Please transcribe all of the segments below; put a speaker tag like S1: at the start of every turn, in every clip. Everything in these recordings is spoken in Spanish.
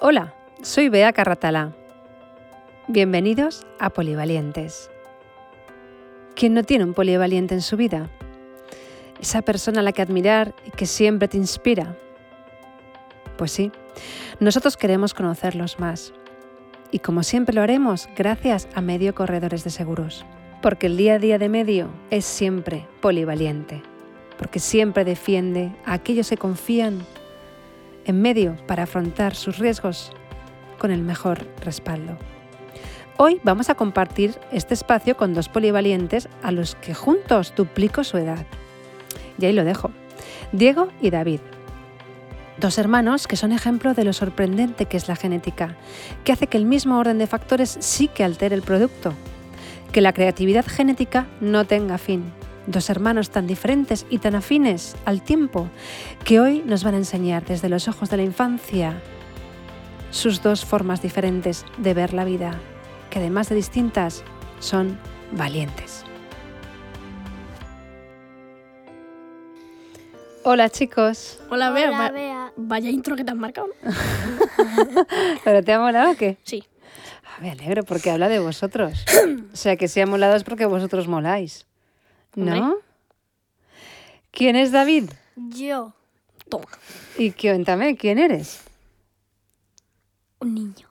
S1: Hola, soy Bea Carratalá. Bienvenidos a Polivalientes. ¿Quién no tiene un polivaliente en su vida? Esa persona a la que admirar y que siempre te inspira. Pues sí, nosotros queremos conocerlos más. Y como siempre lo haremos, gracias a Medio Corredores de Seguros. Porque el día a día de Medio es siempre polivaliente. Porque siempre defiende a aquellos que confían en medio para afrontar sus riesgos con el mejor respaldo. Hoy vamos a compartir este espacio con dos polivalientes a los que juntos duplico su edad. Y ahí lo dejo. Diego y David. Dos hermanos que son ejemplo de lo sorprendente que es la genética, que hace que el mismo orden de factores sí que altere el producto, que la creatividad genética no tenga fin. Dos hermanos tan diferentes y tan afines al tiempo, que hoy nos van a enseñar desde los ojos de la infancia sus dos formas diferentes de ver la vida, que además de distintas, son valientes. Hola chicos,
S2: Hola, Bea.
S3: Hola,
S2: Va-
S3: Bea.
S2: Vaya intro que te has marcado. ¿no?
S1: ¿pero te ha molado o qué?
S2: Sí.
S1: Ah, Me alegro porque habla de vosotros. O sea, que si ha molado es porque vosotros moláis. ¿No? ¿Quién es David?
S3: Yo,
S2: Toma.
S1: Y cuéntame, ¿quién eres?
S3: un niño.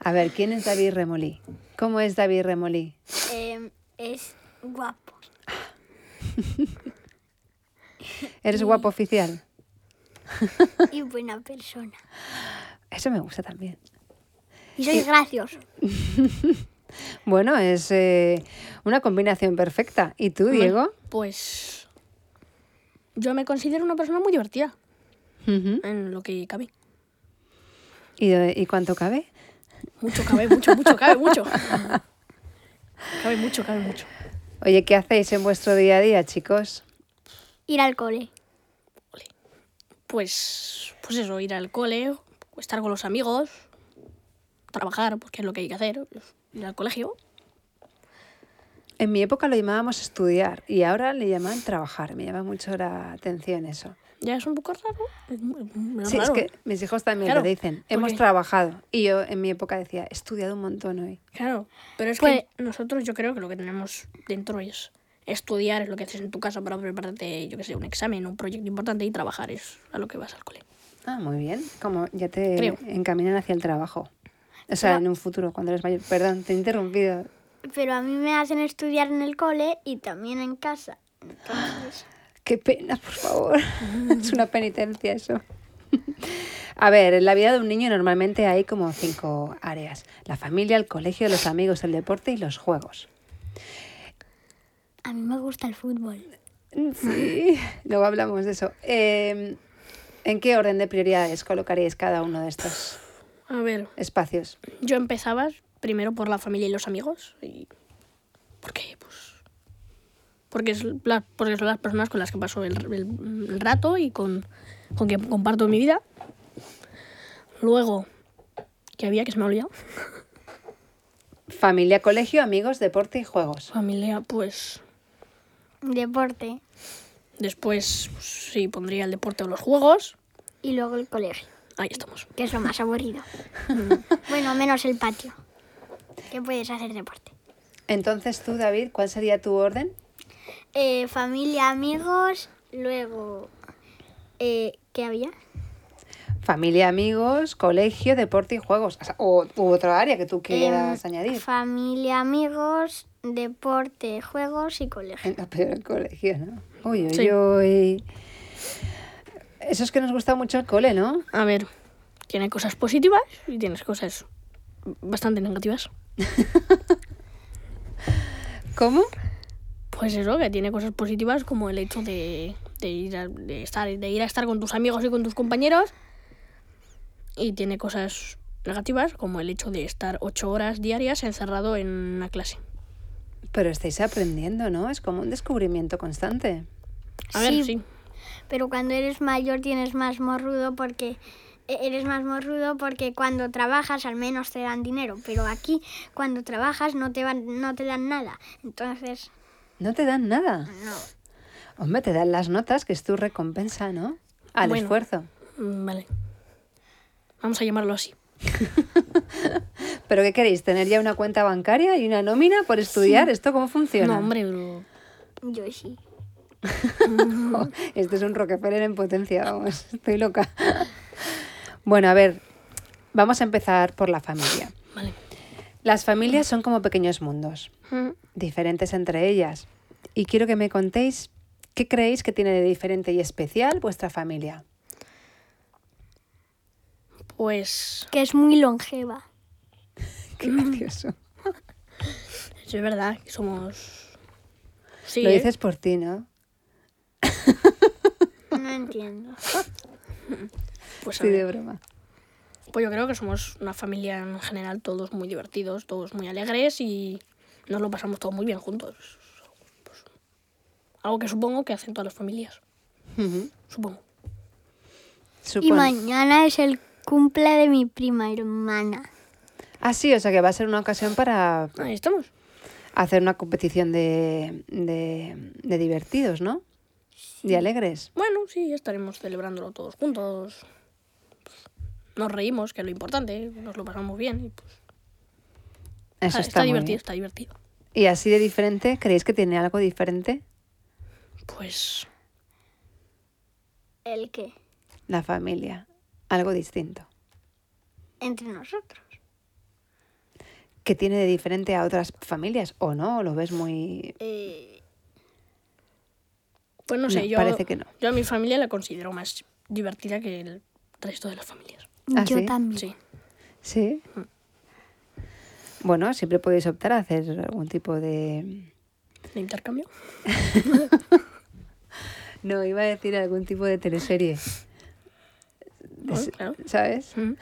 S1: A ver, ¿quién es David Remolí? ¿Cómo es David Remolí?
S3: Em, es guapo.
S1: ¿Eres guapo oficial?
S3: Y buena persona.
S1: Eso me gusta también.
S3: Y soy gracioso.
S1: Bueno, es eh, una combinación perfecta. ¿Y tú, Diego?
S2: Pues. Yo me considero una persona muy divertida
S1: Ujú.
S2: en lo que cabe.
S1: ¿Y, de- y cuánto cabe?
S2: Mucho cabe, mucho, mucho, cabe mucho. Cabe mucho, cabe mucho.
S1: Oye, ¿qué hacéis en vuestro día a día, chicos?
S3: Ir al cole.
S2: Pues. Pues eso, ir al cole, estar con los amigos, trabajar, porque es lo que hay que hacer, ir al colegio.
S1: En mi época lo llamábamos estudiar y ahora le llaman trabajar. Me llama mucho la atención eso.
S2: Ya es un poco raro. es muy- muy
S1: Sí, es
S2: raro,
S1: que
S2: ¿no?
S1: mis hijos también
S2: Ah, Claro,
S1: lo dicen. Hemos
S2: porque-
S1: trabajado. Y yo en mi época decía, he estudiado un montón hoy.
S2: Claro, pero es
S3: Pues-
S2: que nosotros yo creo que lo que tenemos dentro es estudiar, es lo que haces en tu casa para prepararte, yo que sé, un examen, un proyecto importante y trabajar es a lo que vas al cole.
S1: Ah, muy bien. Como ya te
S2: Creo.
S1: encaminan hacia el trabajo. O sea, en un futuro, cuando eres mayor. Perdón, te he interrumpido.
S3: Pero a mí me hacen estudiar en el cole y también en casa. Entonces,
S1: Qué pena, por favor. es una penitencia eso. A ver, en la vida de un niño normalmente hay como cinco áreas. La familia, el colegio, los amigos, el deporte y los juegos.
S3: a mí me gusta el fútbol.
S1: Mm, Sí, luego hablamos de eso. Eh, ¿En qué orden de prioridades colocaríais cada uno de estos
S2: A ver,
S1: espacios?
S2: yo empezaba primero por la familia y los amigos y ¿por qué? Pues porque, es la- porque son las personas con las que paso el, el- el rato y con, con quien comparto mi vida. Luego, que había que se me ha olvidado.
S1: Familia, colegio, amigos, deporte y juegos.
S2: Familia, pues
S3: Deporte.
S2: Después, pues, sí, pondría el deporte o los juegos.
S3: Y luego el colegio,
S2: Ahí estamos.
S3: que es lo más aburrido. bueno, menos el patio. Que puedes hacer deporte.
S1: Entonces tú, David, ¿cuál sería tu orden?
S3: Eh, familia, amigos. Luego, eh, ¿qué había?
S1: Familia, amigos, colegio, deporte y juegos. O sea, O u otra área que tú quieras
S3: Em,
S1: añadir.
S3: Familia, amigos, deporte, juegos y colegio.
S1: Venga, pero el colegio, ¿no? Uy, uy,
S2: Sí.
S1: uy. Eso es que nos gusta mucho el cole, ¿no?
S2: A ver, tiene cosas positivas y tienes cosas bastante negativas.
S1: ¿Cómo?
S2: Pues eso, que tiene cosas positivas como el hecho de, de ir, a, de estar, de ir a estar con tus amigos y con tus compañeros. Y tiene cosas negativas como el hecho de estar ocho horas diarias encerrado en una clase.
S1: Pero estáis aprendiendo, ¿no? Es como un descubrimiento constante.
S2: A ver,
S3: Sí.
S2: sí.
S3: Pero cuando eres mayor tienes más morrudo porque e- eres más morrudo porque cuando trabajas al menos te dan dinero, pero aquí cuando trabajas no te van no te dan nada. Entonces,
S1: No te dan nada.
S3: no.
S1: Hombre, te dan las notas, que es tu recompensa, ¿no? Al
S2: Bueno.
S1: esfuerzo.
S2: Mm, Vale. Vamos a llamarlo así.
S1: ¿Pero qué queréis? ¿Tener ya una cuenta bancaria y una nómina por estudiar? ¿Esto cómo funciona?
S2: No, hombre, pero...
S3: Yo sí.
S1: Jo, Este es un Rockefeller en potencia, vamos, estoy loca. Bueno, a ver, vamos a empezar por la familia.
S2: Vale.
S1: Las familias son como pequeños mundos, diferentes entre ellas. Y quiero que me contéis qué creéis que tiene de diferente y especial vuestra familia.
S2: Pues...
S3: Que es muy longeva.
S1: Qué gracioso.
S2: Es verdad que somos... Sí,
S1: Lo
S2: ¿eh?
S1: dices por ti, ¿no?
S3: No entiendo.
S2: Pues, a
S1: Sí,
S2: ver.
S1: de broma.
S2: Pues yo creo que somos una familia en general, todos muy divertidos, todos muy alegres y nos lo pasamos todos muy bien juntos. Pues, algo que supongo que hacen todas las familias,
S1: Ujú.
S2: supongo.
S3: Y
S1: Supon-
S3: mañana es el cumple de mi prima hermana.
S1: Ah, sí, o sea que va a ser una ocasión para
S2: Ahí estamos.
S1: hacer una competición de, de, de divertidos, ¿no? De alegres.
S2: Bueno, sí, estaremos celebrándolo todos juntos. Pues, nos reímos, que es lo importante, nos lo pasamos bien y pues
S1: Eso está,
S2: ah, está
S1: muy
S2: divertido,
S1: bien.
S2: está divertido.
S1: ¿Y así de diferente? ¿Creéis que tiene algo diferente
S2: Pues
S3: ¿El qué?
S1: la familia? Algo distinto.
S3: Entre nosotros.
S1: ¿Qué tiene de diferente a otras familias? ¿O no? ¿O ¿Lo ves muy...? Eh,
S2: Pues no sé,
S1: No,
S2: yo,
S1: parece que no.
S2: yo a mi familia la considero más divertida que el resto de las familias.
S1: ¿Ah,
S3: Yo
S1: sí?
S3: también.
S2: Sí.
S1: Sí. Bueno, siempre podéis optar a hacer algún tipo de...
S2: ¿De intercambio?
S1: No, iba a decir algún tipo de teleserie.
S2: Bueno, claro.
S1: ¿Sabes?
S2: Mm.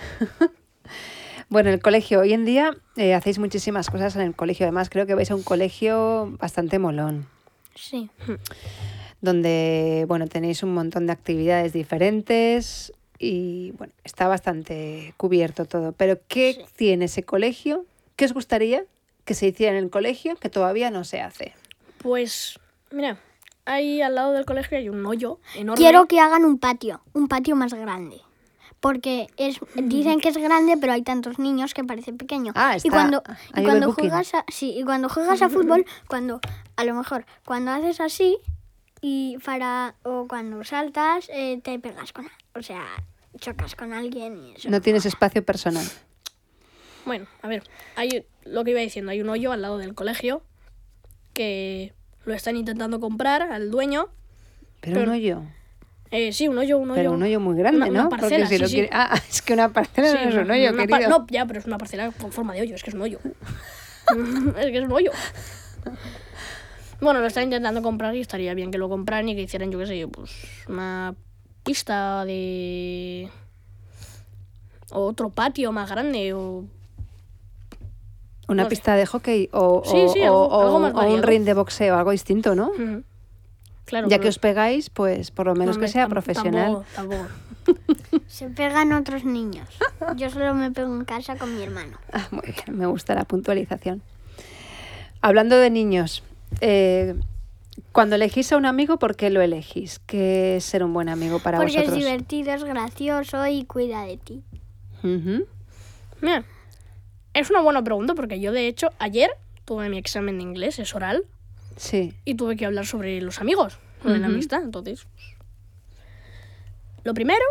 S1: Bueno, el colegio. Hoy en día eh, hacéis muchísimas cosas en el colegio. Además, creo que vais a un colegio bastante molón,
S3: Sí.
S1: donde, bueno, tenéis un montón de actividades diferentes y, bueno, está bastante cubierto todo. Pero, ¿qué tiene ese colegio? ¿Qué os gustaría que se hiciera en el colegio que todavía no se hace?
S2: Pues, mira, ahí al lado del colegio hay un hoyo enorme.
S3: Quiero que hagan un patio, un patio más grande. Porque es, dicen que es grande, pero hay tantos niños que parece pequeño.
S1: Mm. Ah,
S3: y
S1: está
S3: cuando,
S1: a
S3: y
S1: nivel
S3: cuando
S1: booking.
S3: juegas a, sí, y cuando juegas a fútbol, cuando a lo mejor cuando haces así y para o cuando saltas eh, te pegas con, a- o sea, chocas con alguien y eso.
S1: No tienes espacio personal.
S2: Bueno, a ver, hay lo que iba diciendo, hay un hoyo al lado del colegio que lo están intentando comprar al dueño.
S1: Pero,
S2: Pero-
S1: un hoyo.
S2: Eh, sí, un hoyo, un hoyo.
S1: Pero un hoyo muy grande,
S2: Una- una
S1: ¿no?
S2: parcela,
S1: Porque si
S2: sí,
S1: lo
S2: sí.
S1: quiere- Ah, es que una parcela
S2: Sí,
S1: no es un hoyo,
S2: una par-
S1: querido.
S2: No, ya, pero es una parcela con forma de hoyo, es que es un hoyo. es que es un hoyo. Bueno, lo están intentando comprar y estaría bien que lo compraran y que hicieran, yo qué sé, pues una pista de... O otro patio más grande o...
S1: Una
S2: No sé.
S1: pista de hockey o,
S2: Sí,
S1: o-
S2: sí,
S1: o-
S2: algo- algo
S1: o-
S2: más
S1: o un
S2: variado.
S1: ring de boxeo, algo distinto, ¿no?
S2: Ujú. Claro,
S1: ya
S2: pero-
S1: que os pegáis, pues por lo menos
S2: hombre,
S1: que sea
S2: tam-
S1: profesional.
S2: Tampoco, tampoco.
S3: Se pegan otros niños. Yo solo me pego en casa con mi hermano.
S1: Ah, muy bien, me gusta la puntualización. Hablando de niños, eh, cuando elegís a un amigo, ¿por qué lo elegís? ¿Qué es ser un buen amigo para
S3: Porque es
S1: vosotros?
S3: divertido, es gracioso y cuida de ti.
S1: Ujú.
S2: Mira, es una buena pregunta porque yo, de hecho, ayer tuve mi examen de inglés, es oral,
S1: Sí.
S2: y tuve que hablar sobre los amigos, sobre la amistad. Entonces, pues, lo primero,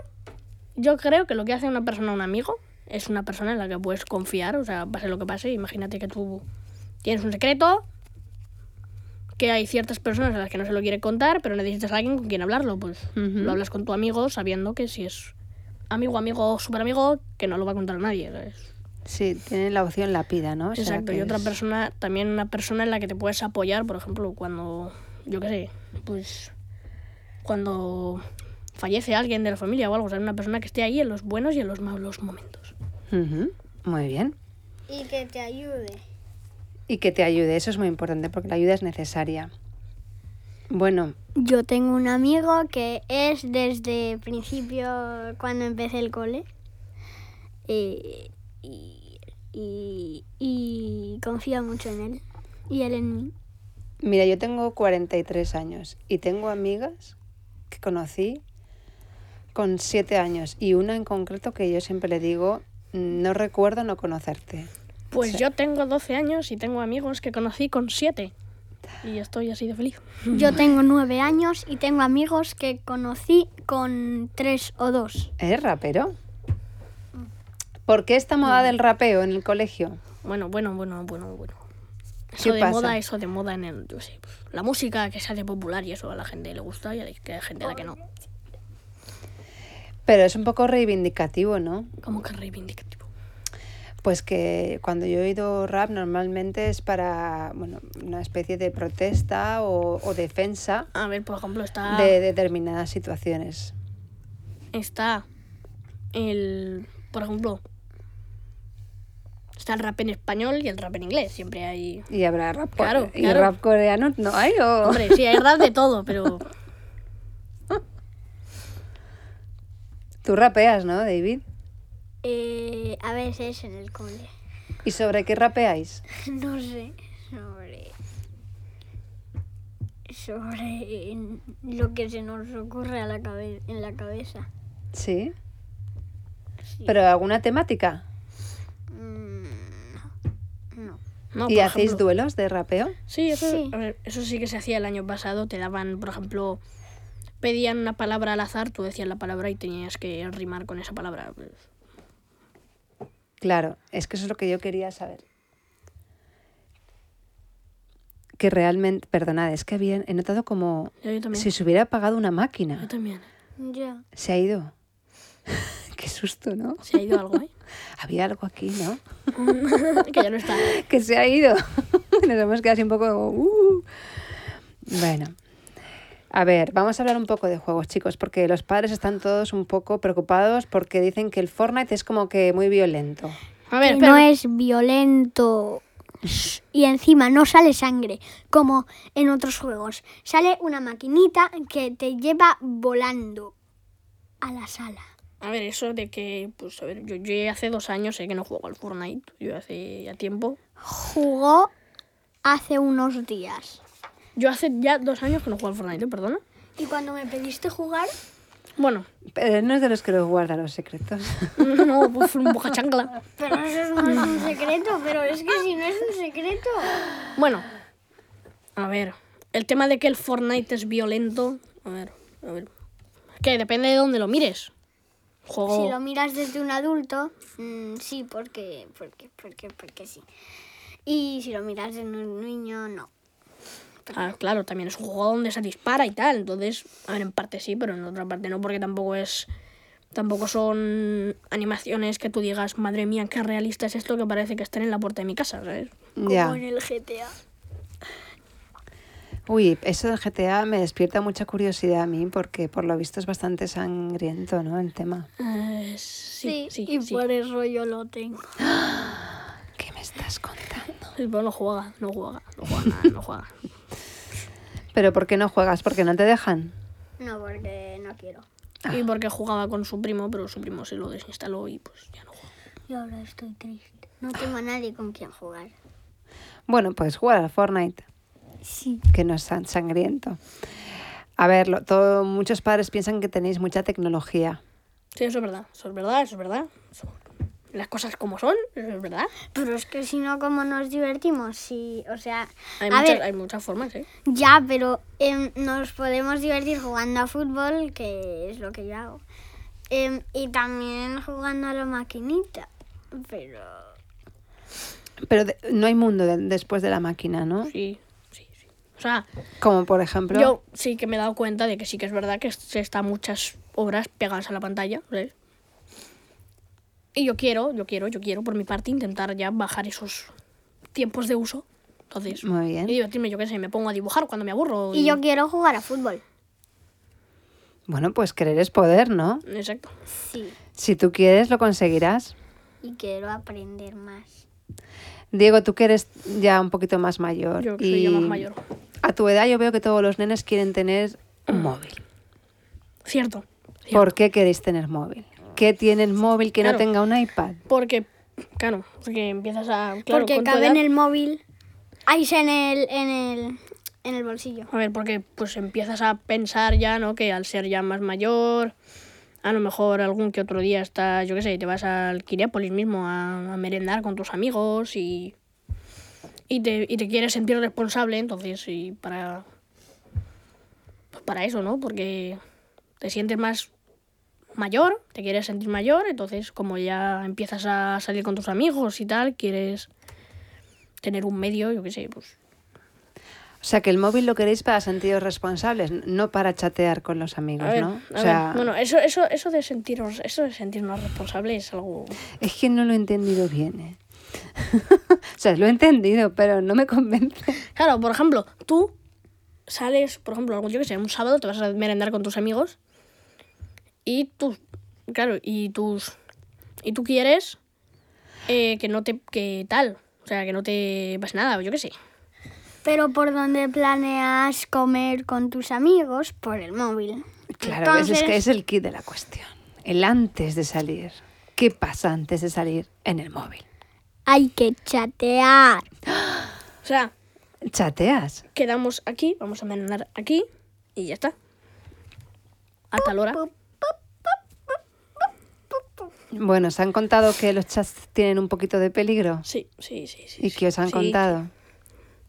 S2: yo creo que lo que hace una persona a un amigo es una persona en la que puedes confiar, o sea, pase lo que pase, imagínate que tú tienes un secreto, que hay ciertas personas a las que no se lo quiere contar, pero necesitas a alguien con quien hablarlo, pues
S1: Ujú.
S2: lo hablas con tu amigo sabiendo que si es amigo, amigo o super amigo, que no lo va a contar a nadie. ¿sabes?
S1: Sí, tienen la opción la pida, ¿no? O sea,
S2: Exacto,
S1: que
S2: y otra
S1: es-
S2: persona, también una persona en la que te puedes apoyar, por ejemplo, cuando, yo qué sé, pues cuando fallece alguien de la familia o algo, o sea, una persona que esté ahí en los buenos y en los malos momentos.
S1: Ujú, Muy bien.
S3: Y que te ayude.
S1: Y que te ayude, eso es muy importante porque la ayuda es necesaria. Bueno,
S3: Yo tengo un amigo que es desde principio cuando empecé el cole. Eh, y, y- y confío mucho en él. Y él en mí.
S1: Mira, yo tengo 43 años y tengo amigas que conocí con siete años y una en concreto que yo siempre le digo, no recuerdo no conocerte.
S2: Pues
S1: Sí.
S2: yo tengo 12 años y tengo amigos que conocí con 7. Y estoy así de feliz.
S3: Yo tengo nueve años y tengo amigos que conocí con tres o dos.
S1: ¿Eres rapero? ¿Por qué esta moda del rapeo en el colegio?
S2: Bueno, bueno, bueno, bueno, bueno.
S1: ¿Qué
S2: Eso de
S1: pasa?
S2: moda, eso de moda en el. Yo sé, pues, la música que se hace popular y eso a la gente le gusta y a la gente a la que no.
S1: Pero es un poco reivindicativo, ¿no?
S2: Como que reivindicativo.
S1: Pues que cuando yo he oído rap normalmente es para bueno, una especie de protesta o, o defensa
S2: A ver, por ejemplo, está.
S1: de determinadas situaciones.
S2: Está. El. Por ejemplo. Está el rap en español y el rap en inglés. Siempre hay.
S1: Y habrá rap, core-
S2: Claro,
S1: y
S2: claro.
S1: rap coreano, ¿no hay? O...
S2: Hombre, sí, hay rap de todo, pero.
S1: Tú rapeas, ¿no, David?
S3: Eh, a veces en el cole.
S1: ¿Y sobre qué rapeáis?
S3: No sé, sobre... Sobre en- lo que se nos ocurre a la cabe- en la cabeza.
S1: Sí.
S3: Sí.
S1: ¿Pero alguna temática?
S3: Mm, no, no.
S2: No,
S1: ¿Y
S2: por
S1: hacéis
S2: ejemplo-
S1: duelos de rapeo?
S2: Sí, eso,
S3: Sí.
S2: a ver, eso sí que se hacía el año pasado. Te daban, por ejemplo, pedían una palabra al azar, tú decías la palabra y tenías que rimar con esa palabra. pues.
S1: Claro, es que eso es lo que yo quería saber. Que realmente, perdonad, es que había, he notado como
S2: Yo, yo también.
S1: si se hubiera apagado una
S2: Yo
S1: máquina.
S2: también.
S3: Ya.
S1: Se ha ido. Qué susto, ¿no?
S2: Se ha ido algo, ¿eh?
S1: Había algo aquí, ¿no?
S2: que ya no está.
S1: Que se ha ido. Nos hemos quedado así un poco... "Uh". Bueno. A ver, vamos a hablar un poco de juegos, chicos, porque los padres están todos un poco preocupados porque dicen que el Fortnite es como que muy violento.
S2: A ver,
S3: que
S2: espera.
S3: no es violento. Y encima no sale sangre, como en otros juegos. Sale una maquinita que te lleva volando a la sala.
S2: A ver, eso de que, pues, a ver, yo, yo hace dos años sé que no juego al Fortnite. Yo hace ya tiempo.
S3: Jugó hace unos días.
S2: Yo hace ya dos años que no juego al Fortnite, ¿eh? perdona.
S3: Y cuando me pediste jugar,
S2: Bueno,
S1: Pero no es de los que los guarda los secretos.
S2: no, pues un poca chancla.
S3: pero eso no es un secreto, pero es que si no es un secreto.
S2: Bueno, a ver, el tema de que el Fortnite es violento, a ver, a ver, que depende de dónde lo mires. Juego,
S3: Si lo miras desde un adulto, mm, sí, porque, porque, porque, porque sí. Y si lo miras desde un niño, no.
S2: Ah, claro, también es un juego donde se dispara y tal, entonces, a ver, en parte sí, pero en otra parte no, porque tampoco es, tampoco son animaciones que tú digas, madre mía, qué realista es esto que parece que están en la puerta de mi casa, ¿sabes?
S1: ya.
S3: Como en el GTA.
S1: Uy, eso del GTA me despierta mucha curiosidad a mí porque por lo visto es bastante sangriento, ¿no? El tema.
S2: Eh, sí, sí, sí.
S3: y por eso yo lo tengo.
S1: ¿Qué me estás contando?
S2: El pueblo pues, no juega, no juega, no juega nada, no juega.
S1: ¿Pero por qué no juegas? ¿Porque no te dejan?
S3: No, porque no quiero.
S2: Y porque jugaba con su primo, pero su primo se lo desinstaló y pues ya no juega.
S3: Y ahora estoy triste. No tengo a nadie con quien jugar.
S1: Bueno, pues jugar al Fortnite,
S3: Sí.
S1: que no es tan sangriento. A ver, lo- todo- muchos padres piensan que tenéis mucha tecnología.
S2: Sí, eso es verdad, eso es verdad, eso es verdad. Eso- Las cosas como son, eso es verdad.
S3: Pero es que si no, ¿cómo nos divertimos? Sí, o sea,
S2: Hay,
S3: a
S2: muchas,
S3: ver,
S2: hay muchas formas, ¿eh?
S3: ya, pero em, nos podemos divertir jugando a fútbol, que es lo que yo hago. Em, y también jugando a la maquinita. Pero
S1: Pero de- no hay mundo de- después de la máquina, ¿no?
S2: Sí, sí, sí. O sea,
S1: Como por ejemplo...
S2: yo sí que me he dado cuenta de que sí que es verdad que se está muchas horas pegadas a la pantalla, ¿sabes? Y yo quiero, yo quiero, yo quiero, por mi parte, intentar ya bajar esos tiempos de uso. Entonces,
S1: Muy
S2: y
S1: bien.
S2: divertirme, yo qué sé, me pongo a dibujar cuando me aburro.
S3: y yo quiero jugar a fútbol.
S1: Bueno, pues querer es poder, ¿no?
S2: Exacto.
S3: Sí,
S1: Si tú quieres, lo conseguirás.
S3: y quiero aprender más.
S1: Diego, tú que eres ya un poquito más mayor.
S2: Yo que soy ya más mayor.
S1: A tu edad yo veo que todos los nenes quieren tener un móvil.
S2: Cierto. cierto.
S1: ¿Por qué queréis tener móvil? ¿Qué tiene el móvil que no
S2: Claro.
S1: tenga un iPad?
S2: Porque, claro, porque empiezas a... Claro,
S3: Porque
S2: con tu
S3: cabe en
S2: edad-
S3: el móvil. Ahí es en el, en el, en el bolsillo.
S2: A ver, porque pues empiezas a pensar ya, ¿no? Que al ser ya más mayor, a lo mejor algún que otro día estás, yo qué sé, te vas al Kiriápolis mismo a, a merendar con tus amigos y, y, te, y te quieres sentir responsable, entonces, y para, pues para eso, ¿no? Porque te sientes más mayor, te quieres sentir mayor, entonces como ya empiezas a salir con tus amigos y tal, quieres tener un medio, yo qué sé, pues
S1: O sea, que el móvil lo queréis para sentiros responsables, no para chatear con los amigos,
S2: a ver,
S1: ¿no? O
S2: a
S1: sea,
S2: ver, bueno, eso, eso, eso de sentirnos, eso de sentirnos responsables es algo
S1: es que no lo he entendido bien, ¿eh? o sea, lo he entendido, pero no me convence.
S2: Claro, por ejemplo, tú sales, por ejemplo, algún- yo que sé, un sábado te vas a merendar con tus amigos y tú, claro, y tus y tú quieres eh, que no te que tal, o sea, que no te pase nada, yo qué sé.
S3: Pero por donde planeas comer con tus amigos, por el móvil.
S1: Claro, ves, es que es
S3: Entonces-
S1: el kit de la cuestión. El antes de salir. ¿Qué pasa antes de salir en el móvil?
S3: Hay que chatear.
S2: O sea,
S1: ¿Chateas?
S2: quedamos aquí, vamos a merendar aquí y ya está. A tal hora.
S1: Bueno, ¿os han contado que los chats tienen un poquito de peligro?
S2: Sí, sí, sí, sí.
S1: ¿Y
S2: sí,
S1: qué os han
S2: sí.
S1: contado?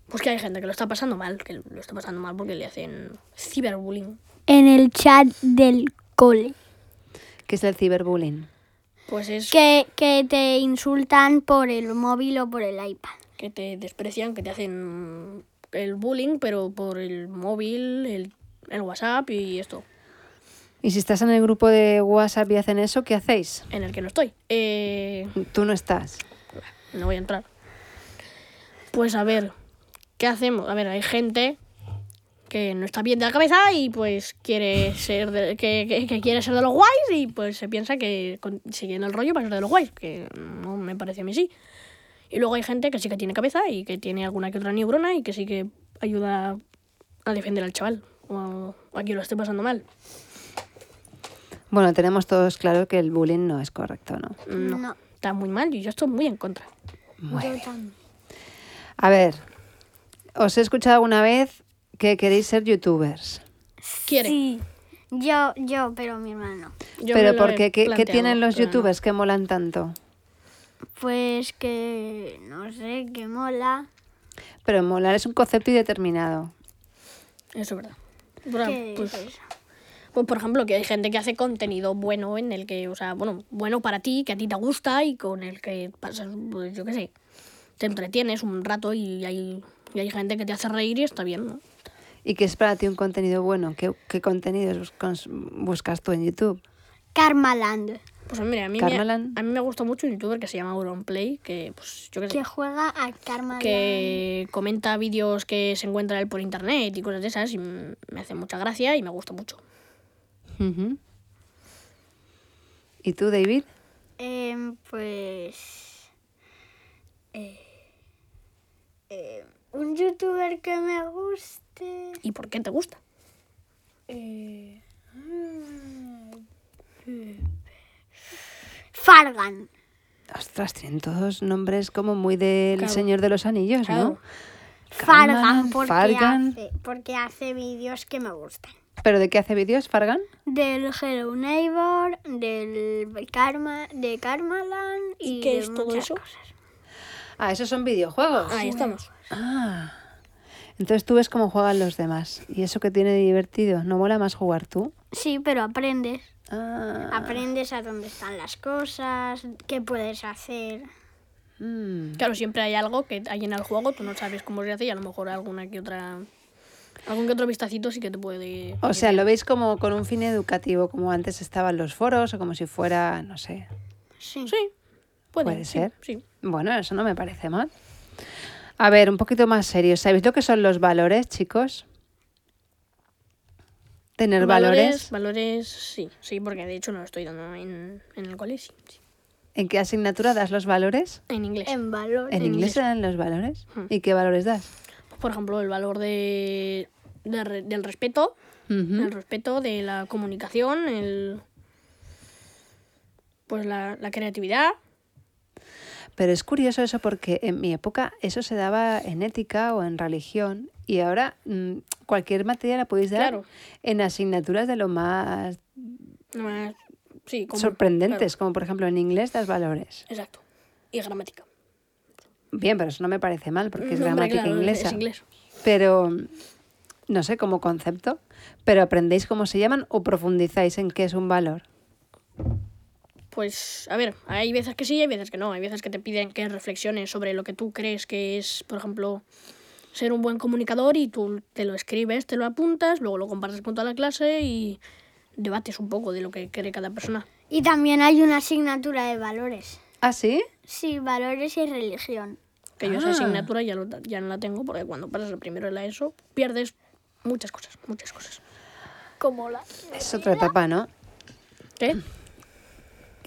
S2: Pues que hay gente que lo está pasando mal, que lo está pasando mal porque le hacen ciberbullying.
S3: En el chat del cole.
S1: ¿Qué es el ciberbullying?
S2: Pues es
S3: Que, que te insultan por el móvil o por el iPad.
S2: que te desprecian, que te hacen el bullying, pero por el móvil, el, el WhatsApp y esto,
S1: ¿Y si estás en el grupo de WhatsApp y hacen eso, qué hacéis?
S2: en el que no estoy. Eh,
S1: Tú no estás.
S2: no voy a entrar. Pues a ver, ¿qué hacemos? A ver, hay gente que no está bien de la cabeza y pues quiere ser de, que, que- que quiere ser de los guays y pues se piensa que con- siguiendo el rollo va a ser de los guays, que no me parece a mí sí. Y luego hay gente que sí que tiene cabeza y que tiene alguna que otra neurona y que sí que ayuda a defender al chaval o a, o a quien lo esté pasando mal.
S1: Bueno, tenemos todos claro que el bullying no es correcto, ¿no?
S2: No, está muy mal y yo estoy muy en contra.
S1: Muy
S3: yo
S1: bien.
S3: también.
S1: A ver, os he escuchado alguna vez que queréis ser youtubers.
S2: Quiere.
S3: Sí. Yo, yo, pero mi hermano.
S2: Yo me
S1: pero
S2: lo he
S1: porque ¿qué, qué
S2: planteado,
S1: tienen los
S2: pero no.
S1: youtubers que molan tanto?
S3: Pues que no sé, que mola.
S1: Pero molar es un concepto indeterminado.
S2: Eso es verdad. Bueno,
S3: que
S2: pues,
S3: eso.
S2: pues, por ejemplo, que hay gente que hace contenido bueno en el que, o sea, bueno, bueno para ti, que a ti te gusta y con el que pasas, pues yo qué sé, te entretienes un rato y hay, y hay gente que te hace reír y está bien, ¿no?
S1: ¿Y qué es para ti un contenido bueno? ¿Qué, qué contenidos bus- cons- buscas tú en YouTube?
S3: Karmaland,
S2: Pues mira, a mí, me,
S1: Carmelan.
S2: a mí me gusta mucho un youtuber que se llama Auronplay, que pues yo qué sé,
S3: que juega a Karmaland.
S2: que comenta vídeos que se encuentra él por internet y cosas de esas y mm, me hace mucha gracia y me gusta mucho.
S1: Ujú. ¿Y tú, David?
S3: Em, pues. eh, em, un youtuber que me guste.
S2: ¿Y por qué te gusta?
S3: eh, Fargan.
S1: Ostras, tienen todos nombres como muy del
S2: Claro.
S1: Señor de los Anillos,
S2: Claro.
S1: ¿no? Karmaland,
S3: Fargan, porque
S1: Fargan.
S3: hace, porque hace vídeos que me gustan.
S1: ¿Pero de qué hace vídeos, Fargan?
S3: Del Hello Neighbor, del Karma, de Karmaland y,
S2: qué
S3: de
S2: es todo
S3: muchas
S2: eso?
S3: cosas.
S1: Ah, esos son videojuegos.
S2: Ahí estamos.
S1: Ah. Entonces tú ves cómo juegan los demás. ¿Y eso que tiene de divertido? ¿No mola más jugar tú?
S3: Sí, pero aprendes.
S1: Ah.
S3: Aprendes a dónde están las cosas, qué puedes hacer.
S1: mm.
S2: Claro, siempre hay algo que hay en el juego, tú no sabes cómo se hace y a lo mejor alguna que otra. Algún que otro vistacito sí que te puede.
S1: O sea, lo veis como con un fin educativo, como antes estaban los foros o como si fuera, no sé.
S3: Sí.
S2: Sí, puede,
S1: Puede
S2: sí,
S1: ser.
S2: Sí.
S1: Bueno, eso no me parece mal. A ver, un poquito más serio. ¿Sabéis lo que son los valores, chicos? Tener valores.
S2: Valores, sí, sí, porque de hecho no lo estoy dando en, en el cole, sí, sí.
S1: ¿En qué asignatura das los valores?
S2: En inglés.
S1: Em.
S3: En valor.
S1: ¿En,
S2: En
S1: inglés
S2: inglés.
S1: se dan los valores?
S2: Hmm.
S1: ¿Y qué valores das?
S2: Por ejemplo, el valor de, de re- del respeto,
S1: Ujú.
S2: el respeto de la comunicación, el. Pues la, la creatividad.
S1: Pero es curioso eso porque en mi época eso se daba en ética o en religión y ahora mm, cualquier materia la podéis dar
S2: Claro.
S1: en asignaturas de lo más
S2: Más Sí, como-
S1: sorprendentes, como por ejemplo en inglés das valores.
S2: claro, exacto. Y gramática.
S1: Bien, pero eso no me parece mal porque es
S2: No, hombre,
S1: gramática
S2: claro,
S1: inglesa.
S2: Es inglés.
S1: Pero no sé, como concepto, pero aprendéis cómo se llaman o profundizáis en qué es un valor.
S2: Pues, a ver, hay veces que sí y hay veces que no. Hay veces que te piden que reflexiones sobre lo que tú crees que es, por ejemplo, ser un buen comunicador y tú te lo escribes, te lo apuntas, luego lo compartes con toda la clase y debates un poco de lo que cree cada persona.
S3: Y también hay una asignatura de valores.
S1: ¿Ah, sí?
S3: Sí, valores y religión.
S2: Que yo
S1: Ah.
S2: esa asignatura ya, lo- ya no la tengo porque cuando pasas el primero de la ESO pierdes muchas cosas, muchas cosas.
S3: Como la...
S1: Es otra etapa, ¿no?
S2: ¿Qué?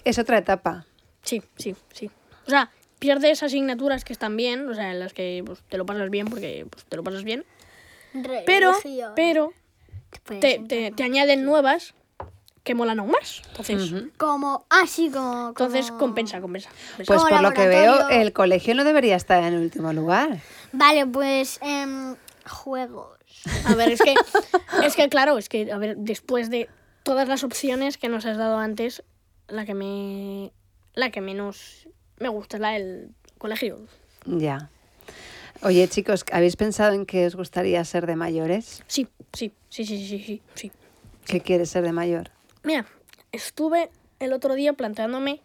S1: Es otra etapa.
S2: Sí, sí, sí. O sea, pierdes asignaturas que están bien, o sea, en las que pues, te lo pasas bien porque pues, te lo pasas bien. Pero, pero
S3: Pues,
S2: te, te- te añaden nuevas que molan aún más. Entonces,
S3: Como... Ah, sí, como...
S2: entonces
S3: como-
S2: compensa, compensa. compensa.
S1: Pues
S3: Como
S1: por lo que veo,
S3: laboratorio.
S1: el colegio no debería estar en último lugar.
S3: Vale, pues... em, juegos.
S2: A ver, es que, es que claro, es que, a ver, después de todas las opciones que nos has dado antes, la que me la que menos me gusta es la del colegio.
S1: Ya. Oye, chicos, ¿habéis pensado en qué os gustaría ser de mayores?
S2: Sí, sí, sí, sí, sí, sí, sí.
S1: ¿Qué quieres ser de mayor?
S2: Mira, estuve el otro día planteándome,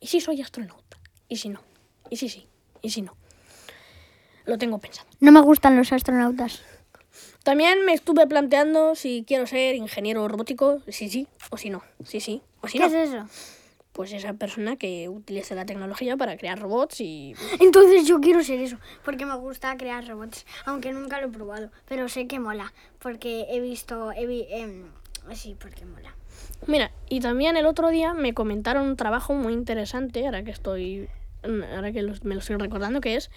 S2: ¿y si soy astronauta? ¿Y si no? ¿Y si sí? ¿Y si no? Lo tengo pensado.
S3: No me gustan los astronautas.
S2: También me estuve planteando si quiero ser ingeniero robótico, si sí o si no, si sí o si
S3: ¿Qué
S2: no.
S3: es eso?
S2: Pues esa persona que utiliza la tecnología para crear robots y...
S3: Entonces yo quiero ser eso, porque me gusta crear robots, aunque nunca lo he probado, pero sé que mola, porque he visto... He vi- em, sí, porque mola.
S2: Mira, y también el otro día me comentaron un trabajo muy interesante, ahora que estoy... mm, Ahora que los- me lo estoy recordando, que es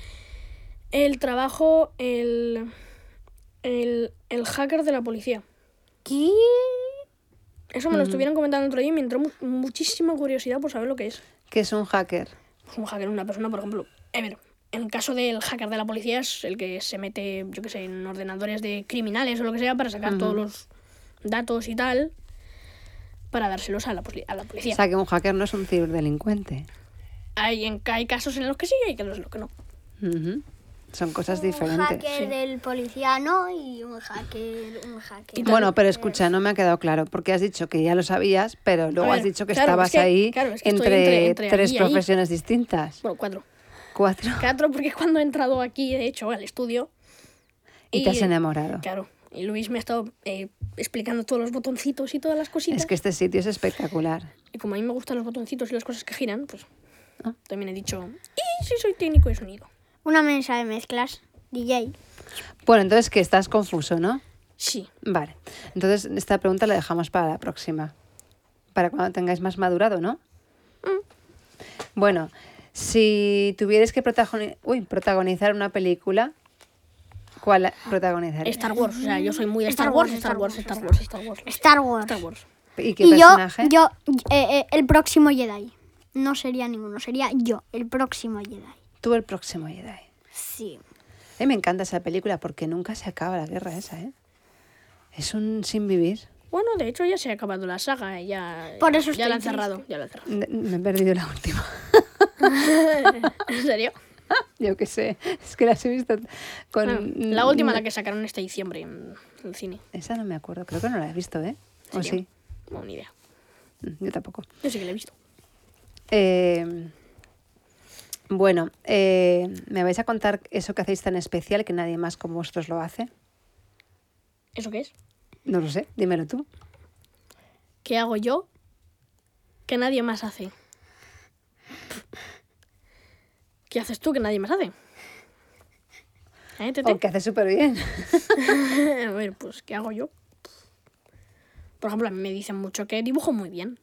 S2: el trabajo, el, el, el hacker de la policía.
S3: ¿Qué?
S2: Eso me lo estuvieron comentando el otro día y me entró mu- muchísima curiosidad por saber lo que es.
S1: ¿Qué es un hacker?
S2: pues, un hacker, una persona, por ejemplo. A ver, en el caso del hacker de la policía es el que se mete, yo qué sé, en ordenadores de criminales o lo que sea para sacar todos los datos y tal para dárselos a la, poli- a la
S1: O
S2: policía.
S1: sea, que un hacker no es un ciberdelincuente.
S2: Hay, en, hay casos en los que sí y hay casos en los que no.
S1: Ujú. Son cosas
S3: Un
S1: diferentes.
S3: hacker del policía no y un hacker... Un hacker.
S1: Bueno, pero escucha, no me ha quedado claro, porque has dicho que ya lo sabías, pero luego
S2: ver,
S1: has dicho que
S2: claro,
S1: estabas
S2: es que-
S1: ahí
S2: claro, es que estoy
S1: entre,
S2: entre- entre
S1: tres
S2: ahí y ahí.
S1: profesiones distintas.
S2: Bueno, cuatro.
S1: Cuatro.
S2: Cuatro porque cuando he entrado aquí, de hecho, al estudio...
S1: Y te has enamorado.
S2: Claro. Y Luis me ha estado eh, explicando todos los botoncitos y todas las cositas.
S1: Es que este sitio es espectacular.
S2: Y como a mí me gustan los botoncitos y las cosas que giran, pues
S1: Ah.
S2: también he dicho, y si soy técnico de sonido.
S3: Una mesa de mezclas, DJ.
S1: Bueno, entonces que estás confuso, ¿no?
S2: Sí,
S1: Vale. Entonces esta pregunta la dejamos para la próxima. Para cuando tengáis más madurado, ¿no?
S2: Mm.
S1: Bueno, si tuvierais que protagoni- uy, protagonizar una película, ¿cuál protagonizarías?
S2: Star Wars. O sea, yo soy muy de Star Wars, Star Wars, Star Wars, Star Wars.
S3: Star Wars.
S2: Star Wars.
S1: ¿Y qué
S3: Y yo,
S1: personaje?
S3: yo, eh, eh, el próximo Jedi. No sería ninguno, sería yo, el próximo Jedi.
S1: Tú el próximo Jedi.
S3: Sí.
S1: A mí me encanta esa película porque nunca se acaba la guerra esa, ¿eh? Es un sin vivir.
S2: Bueno, de hecho ya se ha acabado la saga, eh, ya,
S3: Por eso
S2: ya
S3: estoy
S2: la han cerrado, ya la han cerrado.
S1: N- Me he perdido la última.
S2: ¿En serio?
S1: Yo qué sé. Es que las he visto con... Mm,
S2: Bueno, la última la que sacaron este diciembre en el cine.
S1: Esa no me acuerdo. Creo que no la he visto, ¿eh? ¿O sí?
S2: serio? No, ni idea.
S1: Mm, Yo tampoco.
S2: Yo sí que la he visto.
S1: Eh, bueno, eh, ¿me vais a contar eso que hacéis tan especial que nadie más como vosotros lo hace?
S2: ¿Eso qué es?
S1: No lo sé. Dímelo tú.
S2: ¿Qué hago yo que nadie más hace? ¿Qué haces tú que nadie más hace? ¿Eh, Tete?
S1: O que haces súper bien.
S2: A ver, pues, ¿qué hago yo? Por ejemplo, a mí me dicen mucho que dibujo muy bien.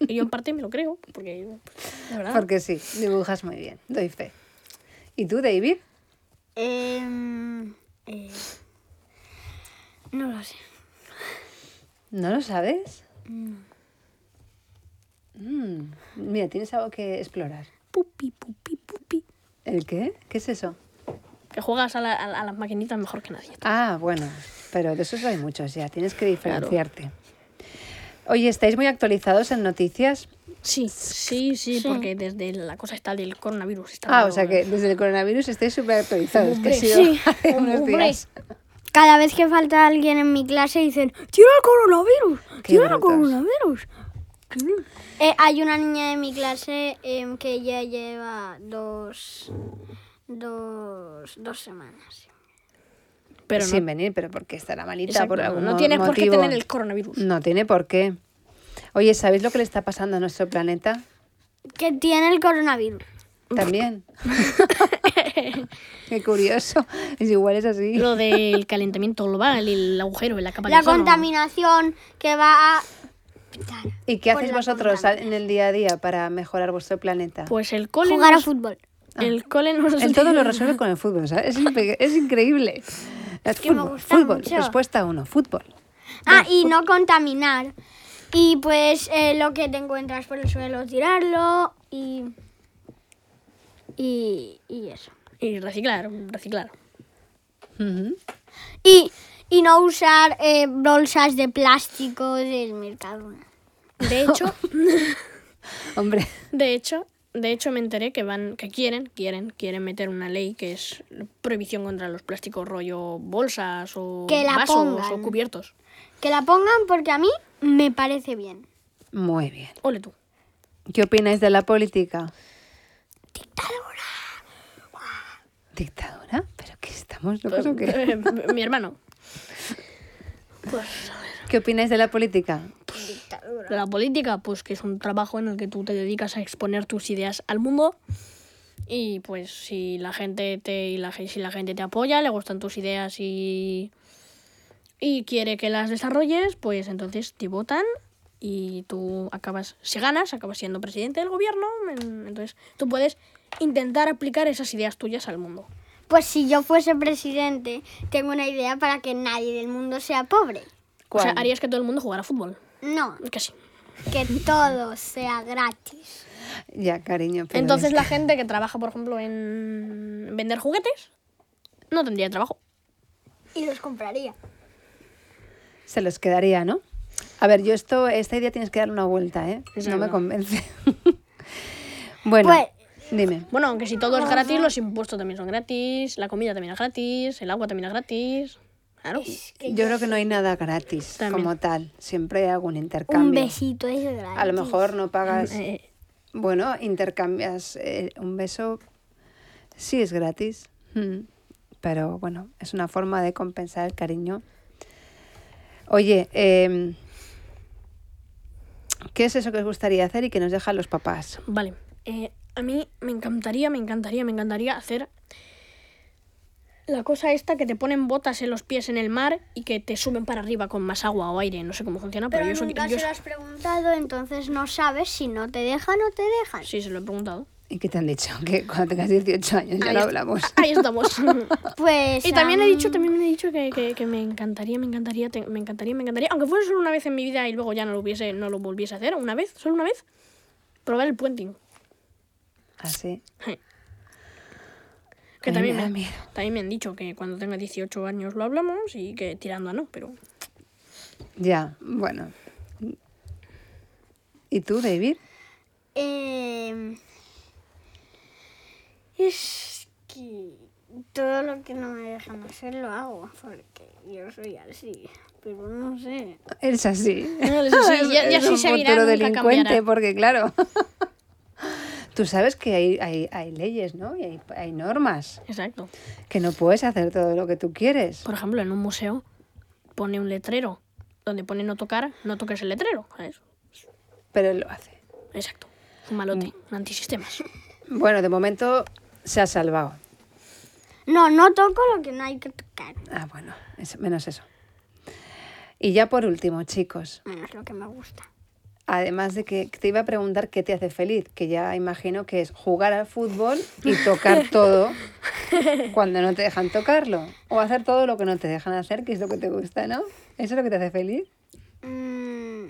S2: Y yo en parte me lo creo, porque, pues, la verdad,
S1: Porque sí, dibujas muy bien. Doy fe. ¿Y tú, David?
S3: Em, eh, no lo sé.
S1: ¿No lo sabes? Mm, Mira, tienes algo que explorar.
S2: pupi, pupi, pupi.
S1: ¿El qué? ¿Qué es eso?
S2: Que juegas a, la- a la- a las maquinitas mejor que nadie.
S1: Ah, bueno, pero de esos hay muchos ya, tienes que diferenciarte. Oye, ¿estáis muy actualizados en noticias?
S2: Sí, sí, sí, porque desde la cosa está del coronavirus. está
S1: Ah, o
S2: todo-
S1: sea que desde el coronavirus estáis súper actualizados. Que ha
S2: Hombre,
S1: sido
S3: sí.
S1: hace unos
S3: Hombre.
S1: días.
S3: Cada vez que falta alguien en mi clase dicen, tiene el coronavirus,
S1: Qué
S3: tiene el
S1: brutos.
S3: coronavirus. Eh, hay una niña de mi clase em, que ya lleva dos, dos, dos semanas.
S2: Pero no,
S1: Sin venir, pero porque estará malita
S2: exacto,
S1: por
S2: no-
S1: algún
S2: no tienes
S1: motivo.
S2: por qué tener el coronavirus.
S1: No tiene por qué. Oye, ¿sabéis lo que le está pasando a nuestro planeta?
S3: Que tiene el coronavirus.
S1: También. Qué curioso. Es igual es así.
S2: Lo del calentamiento global, el agujero en la capa de
S3: La
S2: ozono.
S3: contaminación que va a...
S1: ¿Y qué
S3: por
S1: hacéis
S3: la
S1: vosotros a- en el día a día para mejorar vuestro planeta?
S2: Pues el cole.
S3: Jugar a
S2: nos-
S3: fútbol.
S2: El cole nos.
S1: Él todo lo resuelve con el fútbol, ¿sabes? Es, impe- es increíble. Es
S3: que me
S1: fútbol,
S3: gusta
S1: fútbol.
S3: mucho.
S1: Respuesta uno, fútbol.
S3: Ah, y no contaminar. Y pues eh, lo que te encuentras por el suelo, tirarlo y... Y, y eso.
S2: Y reciclar, reciclar.
S1: Ujú.
S3: Y, y no usar eh, bolsas de plástico del Mercadona.
S2: De hecho,
S1: Hombre,
S2: de hecho, de hecho me enteré que van, que quieren, quieren, quieren meter una ley que es prohibición contra los plásticos rollo bolsas o
S3: Que la
S2: vasos
S3: pongan.
S2: o cubiertos.
S3: Que la pongan porque a mí me parece bien.
S1: muy bien.
S2: Ole tú.
S1: ¿Qué opináis de la política? Dictadura. ¿Dictadura? ¿Pero qué estamos locos o qué?
S2: Eh, Mi hermano. Pues
S1: ¿Qué opináis de la política?
S2: de la política, pues que es un trabajo en el que tú te dedicas a exponer tus ideas al mundo. Y pues si la gente te y la, gen- si la gente te apoya, le gustan tus ideas y y quiere que las desarrolles, pues entonces te votan y tú acabas si ganas, acabas siendo presidente del gobierno, en- entonces tú puedes intentar aplicar esas ideas tuyas al mundo.
S3: Pues si yo fuese presidente, tengo una idea para que nadie del mundo sea pobre.
S2: O sea,
S1: ¿Cuál?
S2: harías que todo el mundo jugara a fútbol.
S3: No,
S2: Que sí.
S3: que todo sea gratis.
S1: Ya, cariño. pero
S2: Entonces
S1: es-
S2: la gente que trabaja, por ejemplo, en vender juguetes, no tendría trabajo.
S3: Y los compraría.
S1: Se los quedaría, ¿no? A ver, yo esto, esta idea tienes que darle una vuelta, ¿eh?
S2: Es
S1: no me
S2: verdad.
S1: convence. bueno,
S3: Pues-
S1: dime.
S2: Bueno, aunque si todo es gratis, los impuestos también son gratis, la comida también es gratis, el agua también es gratis. Claro.
S1: Yo creo que no hay nada gratis
S2: También.
S1: como tal. Siempre hay algún
S3: Un
S1: intercambio.
S3: besito es gratis.
S1: A lo mejor no pagas.
S2: Eh,
S1: Bueno, intercambias eh, un beso. Sí, es gratis. mm, Pero bueno, es una forma de compensar el cariño. Oye, em, ¿qué es eso que os gustaría hacer y que nos dejan los papás?
S2: vale. Eh, a mí me encantaría, me encantaría, me encantaría hacer la cosa esta que te ponen botas en los pies en el mar y que te suben para arriba con más agua o aire. No sé cómo funciona, pero,
S3: Pero
S2: yo eso-
S3: nunca
S2: yo
S3: se lo
S2: eso-
S3: has preguntado, entonces no sabes si no te dejan o te dejan.
S2: Sí, se lo he preguntado.
S1: ¿Y qué te han dicho? Que cuando tengas 18 años ya
S2: Ahí
S1: lo
S2: est-
S1: hablamos.
S2: Ahí estamos.
S3: Pues.
S2: Ah. Y también he
S3: am,
S2: dicho, también he dicho que, que- que me encantaría, me encantaría, te- me encantaría, me encantaría, aunque fuera solo una vez en mi vida y luego ya no lo hubiese, no lo volviese a hacer, una vez, solo una vez, probar el puenting.
S1: Así.
S2: Que
S1: Ay,
S2: también
S1: me da
S2: me,
S1: miedo.
S2: también me han dicho que cuando tenga 18 años lo hablamos y que tirando a no, pero
S1: Ya, bueno. ¿Y tú, David?
S3: em, es que todo lo que no me dejan hacer lo hago, porque yo soy así. Pero no sé.
S1: Es así.
S2: No, es así,
S1: Es-
S2: ya- ya
S1: es
S2: sí
S1: un
S2: se verá,
S1: futuro
S2: nunca
S1: delincuente,
S2: cambiará.
S1: porque claro. Tú sabes que hay, hay, hay leyes, ¿no? Y hay, hay normas.
S2: exacto.
S1: Que no puedes hacer todo lo que tú quieres.
S2: Por ejemplo, en un museo pone un letrero donde pone no tocar, no toques el letrero, ¿sabes?
S1: Pero él lo hace.
S2: Exacto. Un
S1: Mm.
S2: malote, un antisistemas.
S1: Bueno, de momento se ha salvado.
S3: No, no toco lo que no hay que tocar.
S1: Ah, bueno, eso- menos eso. Y ya por último, chicos.
S3: Menos lo que me gusta.
S1: Además de que te iba a preguntar qué te hace feliz, que ya imagino que es jugar al fútbol y tocar todo cuando no te dejan tocarlo. O hacer todo lo que no te dejan hacer, que es lo que te gusta, ¿no? ¿Eso es lo que te hace feliz?
S3: Mm,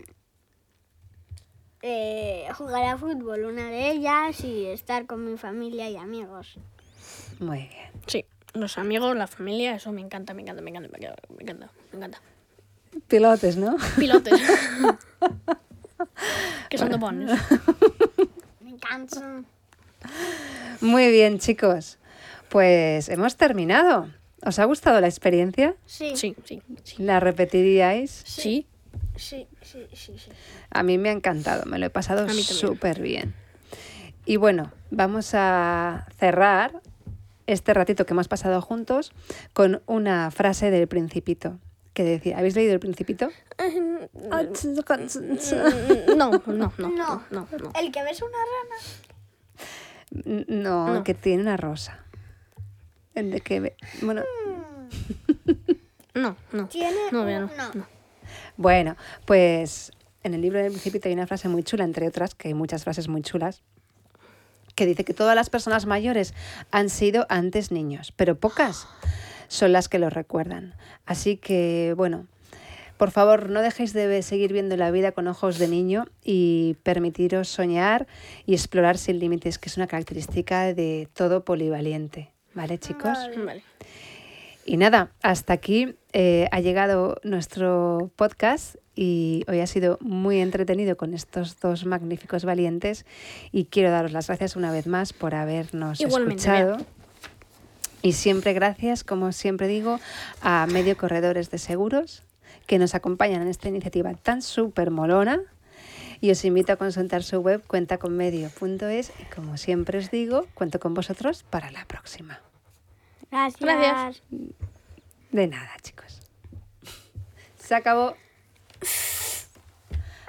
S3: eh, jugar a fútbol, una de ellas, y estar con mi familia y amigos.
S1: Muy bien.
S2: Sí, los amigos, la familia, eso me encanta, me encanta, me encanta, me encanta, me encanta. Me encanta.
S1: Pilotes, ¿no?
S2: Pilotes. que son dopones.
S3: Me canso.
S1: Muy bien, chicos. Pues hemos terminado. ¿Os ha gustado la experiencia?
S3: Sí.
S2: Sí, sí, sí.
S1: ¿La repetiríais?
S2: Sí,
S3: Sí, sí, sí, sí.
S1: A mí me ha encantado, me lo he pasado
S2: también.
S1: súper bien. Y bueno, vamos a cerrar este ratito que hemos pasado juntos con una frase del principito que decía, ¿habéis leído el principito?
S2: No, no, no,
S3: No.
S2: no, no, no.
S3: El que ves una rana.
S1: N- No, que tiene una rosa. El de que, ve- bueno,
S2: No, no.
S3: Tiene.
S2: No,
S3: un-
S2: vea, no,
S3: no.
S1: Bueno, pues en el libro del Principito hay una frase muy chula, entre otras, que hay muchas frases muy chulas, que dice que todas las personas mayores han sido antes niños, pero pocas son las que los recuerdan. Así que, bueno, por favor, no dejéis de ve- seguir viendo la vida con ojos de niño y permitiros soñar y explorar sin límites, que es una característica de todo polivaliente. ¿Vale, chicos?
S2: Vale.
S1: Y nada, hasta aquí eh, ha llegado nuestro podcast y hoy ha sido muy entretenido con estos dos magníficos valientes y quiero daros las gracias una vez más por habernos
S2: Igualmente,
S1: escuchado. Y siempre gracias, como siempre digo, a Medio Corredores de Seguros que nos acompañan en esta iniciativa tan súper molona. Y os invito a consultar su web cuentaconmedio.es y como siempre os digo, cuento con vosotros para la próxima.
S3: Gracias.
S2: Gracias.
S1: De nada, chicos. Se acabó.